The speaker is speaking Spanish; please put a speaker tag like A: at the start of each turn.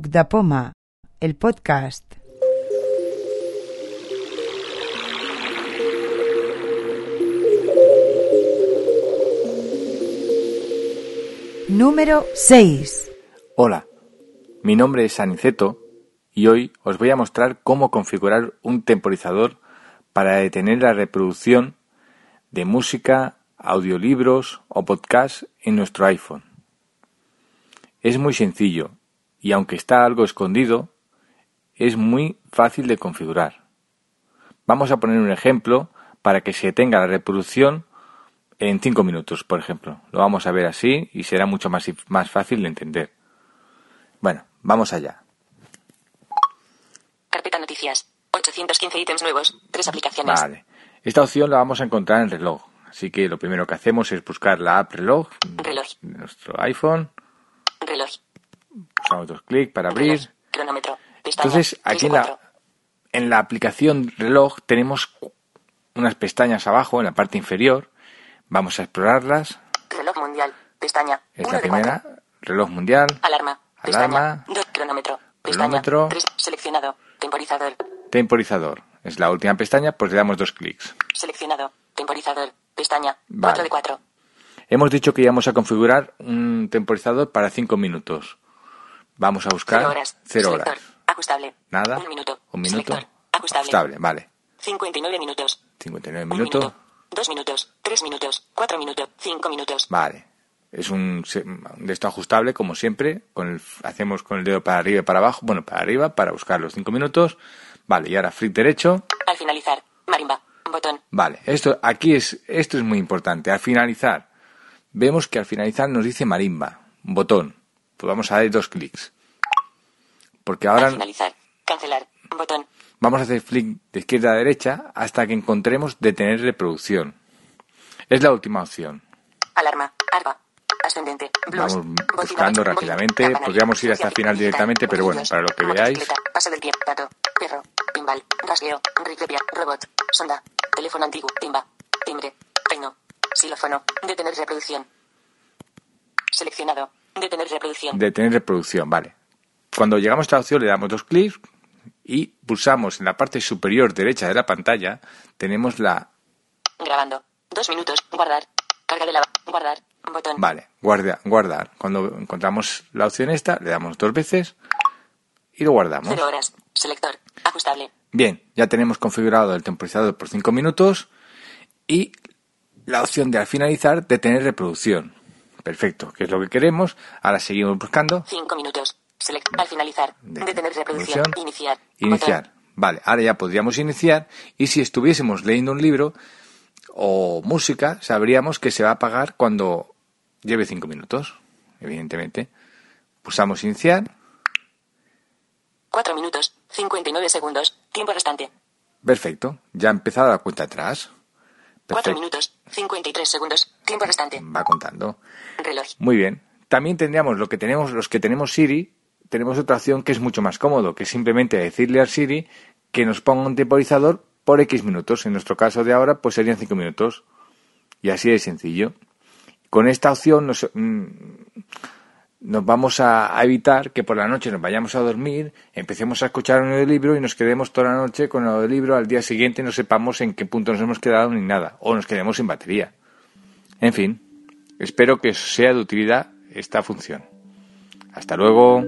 A: Sukdapoma, el podcast. Número 6.
B: Hola, mi nombre es Aniceto y hoy os voy a mostrar cómo configurar un temporizador para detener la reproducción de música, audiolibros o podcasts en nuestro iPhone. Es muy sencillo y aunque está algo escondido, es muy fácil de configurar. Vamos a poner un ejemplo para que se tenga la reproducción en 5 minutos, por ejemplo. Lo vamos a ver así y será mucho más, más fácil de entender. Bueno, vamos allá.
C: Carpeta noticias. 815 ítems nuevos. Tres aplicaciones.
B: Vale. Esta opción la vamos a encontrar en el reloj. Así que lo primero que hacemos es buscar la app reloj
C: Reloj.
B: de nuestro iPhone.
C: Reloj.
B: Pulsamos dos clics para abrir.
C: reloj, Cronómetro. Pestaña.
B: Entonces,
C: tres
B: aquí
C: de
B: en la,
C: cuatro,
B: en la aplicación reloj tenemos cu- unas pestañas abajo, en la parte inferior. Vamos a explorarlas.
C: Reloj mundial. Pestaña.
B: Es
C: uno
B: la
C: de
B: primera,
C: cuatro,
B: reloj mundial.
C: Alarma.
B: Alarma.
C: Pestaña. Dos. Cronómetro. Pestaña.
B: Cronómetro.
C: Tres. Seleccionado. Temporizador.
B: Temporizador. Es la última pestaña, pues le damos dos clics.
C: Seleccionado. Temporizador. Pestaña.
B: Vale.
C: cuatro de cuatro,
B: Hemos dicho que íbamos a configurar un temporizador para 5 minutos. Vamos a buscar
C: Cero horas.
B: cero
C: Selector.
B: horas.
C: Ajustable.
B: Nada.
C: Un minuto.
B: Un minuto.
C: Selector. Ajustable.
B: vale.
C: 59 minutos.
B: 59
C: Un
B: minutos.
C: minuto. Dos minutos. Tres minutos. Cuatro minutos. Cinco minutos.
B: Vale. Es un se- un de esto ajustable, como siempre. Con el, hacemos con el dedo para arriba y para abajo. Bueno, para arriba para buscar los 5 minutos. Vale, y ahora flip derecho.
C: Al finalizar. Marimba. Botón.
B: Vale, esto aquí es esto es muy importante. Al finalizar, vemos que al finalizar nos dice marimba, un botón. Pues vamos a dar dos clics. Porque
C: Al
B: ahora
C: finalizar. Cancelar. Botón.
B: vamos a hacer flick de izquierda a derecha hasta que encontremos detener reproducción. Es la última opción.
C: Alarma. Arba. Ascendente. Blues.
B: Vamos
C: Bocina
B: buscando
C: bocina,
B: rápidamente.
C: campanal,
B: Podríamos ir hasta el
C: social,
B: final
C: digital,
B: directamente, pero bueno,
C: bolillos,
B: para lo que
C: motocicleta,
B: veáis.
C: Paso del pie. Gato. Perro. Pinball. Rasgueo. Riclepia. Robot. Sonda. Teléfono antiguo. Timba. Timbre. Reino. Xilófono. Detener reproducción. Seleccionado. Detener reproducción.
B: Detener reproducción, vale. Cuando llegamos a esta opción le damos dos clics y pulsamos en la parte superior derecha de la pantalla, tenemos la
C: Grabando. Dos minutos. Guardar. Carga de la. Guardar. Botón.
B: Vale, guarda, guardar. Cuando encontramos la opción esta, le damos dos veces y lo guardamos.
C: Cero horas. Selector. Ajustable.
B: Bien, ya tenemos configurado el temporizador por 5 minutos y la opción de al finalizar detener reproducción. Perfecto, que es lo que queremos. Ahora seguimos buscando.
C: Cinco minutos. Select. Al finalizar.
B: De-
C: Detener reproducción.
B: reproducción.
C: Iniciar.
B: Iniciar.
C: Botón.
B: Vale, ahora ya podríamos iniciar y si estuviésemos leyendo un libro o música, sabríamos que se va a apagar cuando lleve 5 minutos, evidentemente. Pulsamos iniciar.
C: Cuatro minutos. 59 segundos. Tiempo restante.
B: Perfecto, ya ha empezado la cuenta atrás.
C: Cuatro
B: Perfecto,
C: minutos. 53 segundos. Tiempo restante.
B: va contando.
C: Reloj.
B: Muy bien. También tendríamos lo que tenemos, los que tenemos Siri, tenemos otra opción que es mucho más cómodo, que es simplemente decirle al Siri que nos ponga un temporizador por X minutos. En nuestro caso de ahora, pues serían 5 minutos. Y así de sencillo. Con esta opción nos, mm, nos vamos a, a evitar que por la noche nos vayamos a dormir, empecemos a escuchar un audiolibro y nos quedemos toda la noche con el audiolibro, al día siguiente no sepamos en qué punto nos hemos quedado ni nada, o nos quedemos sin batería. En fin, espero que os sea de utilidad esta función. Hasta luego.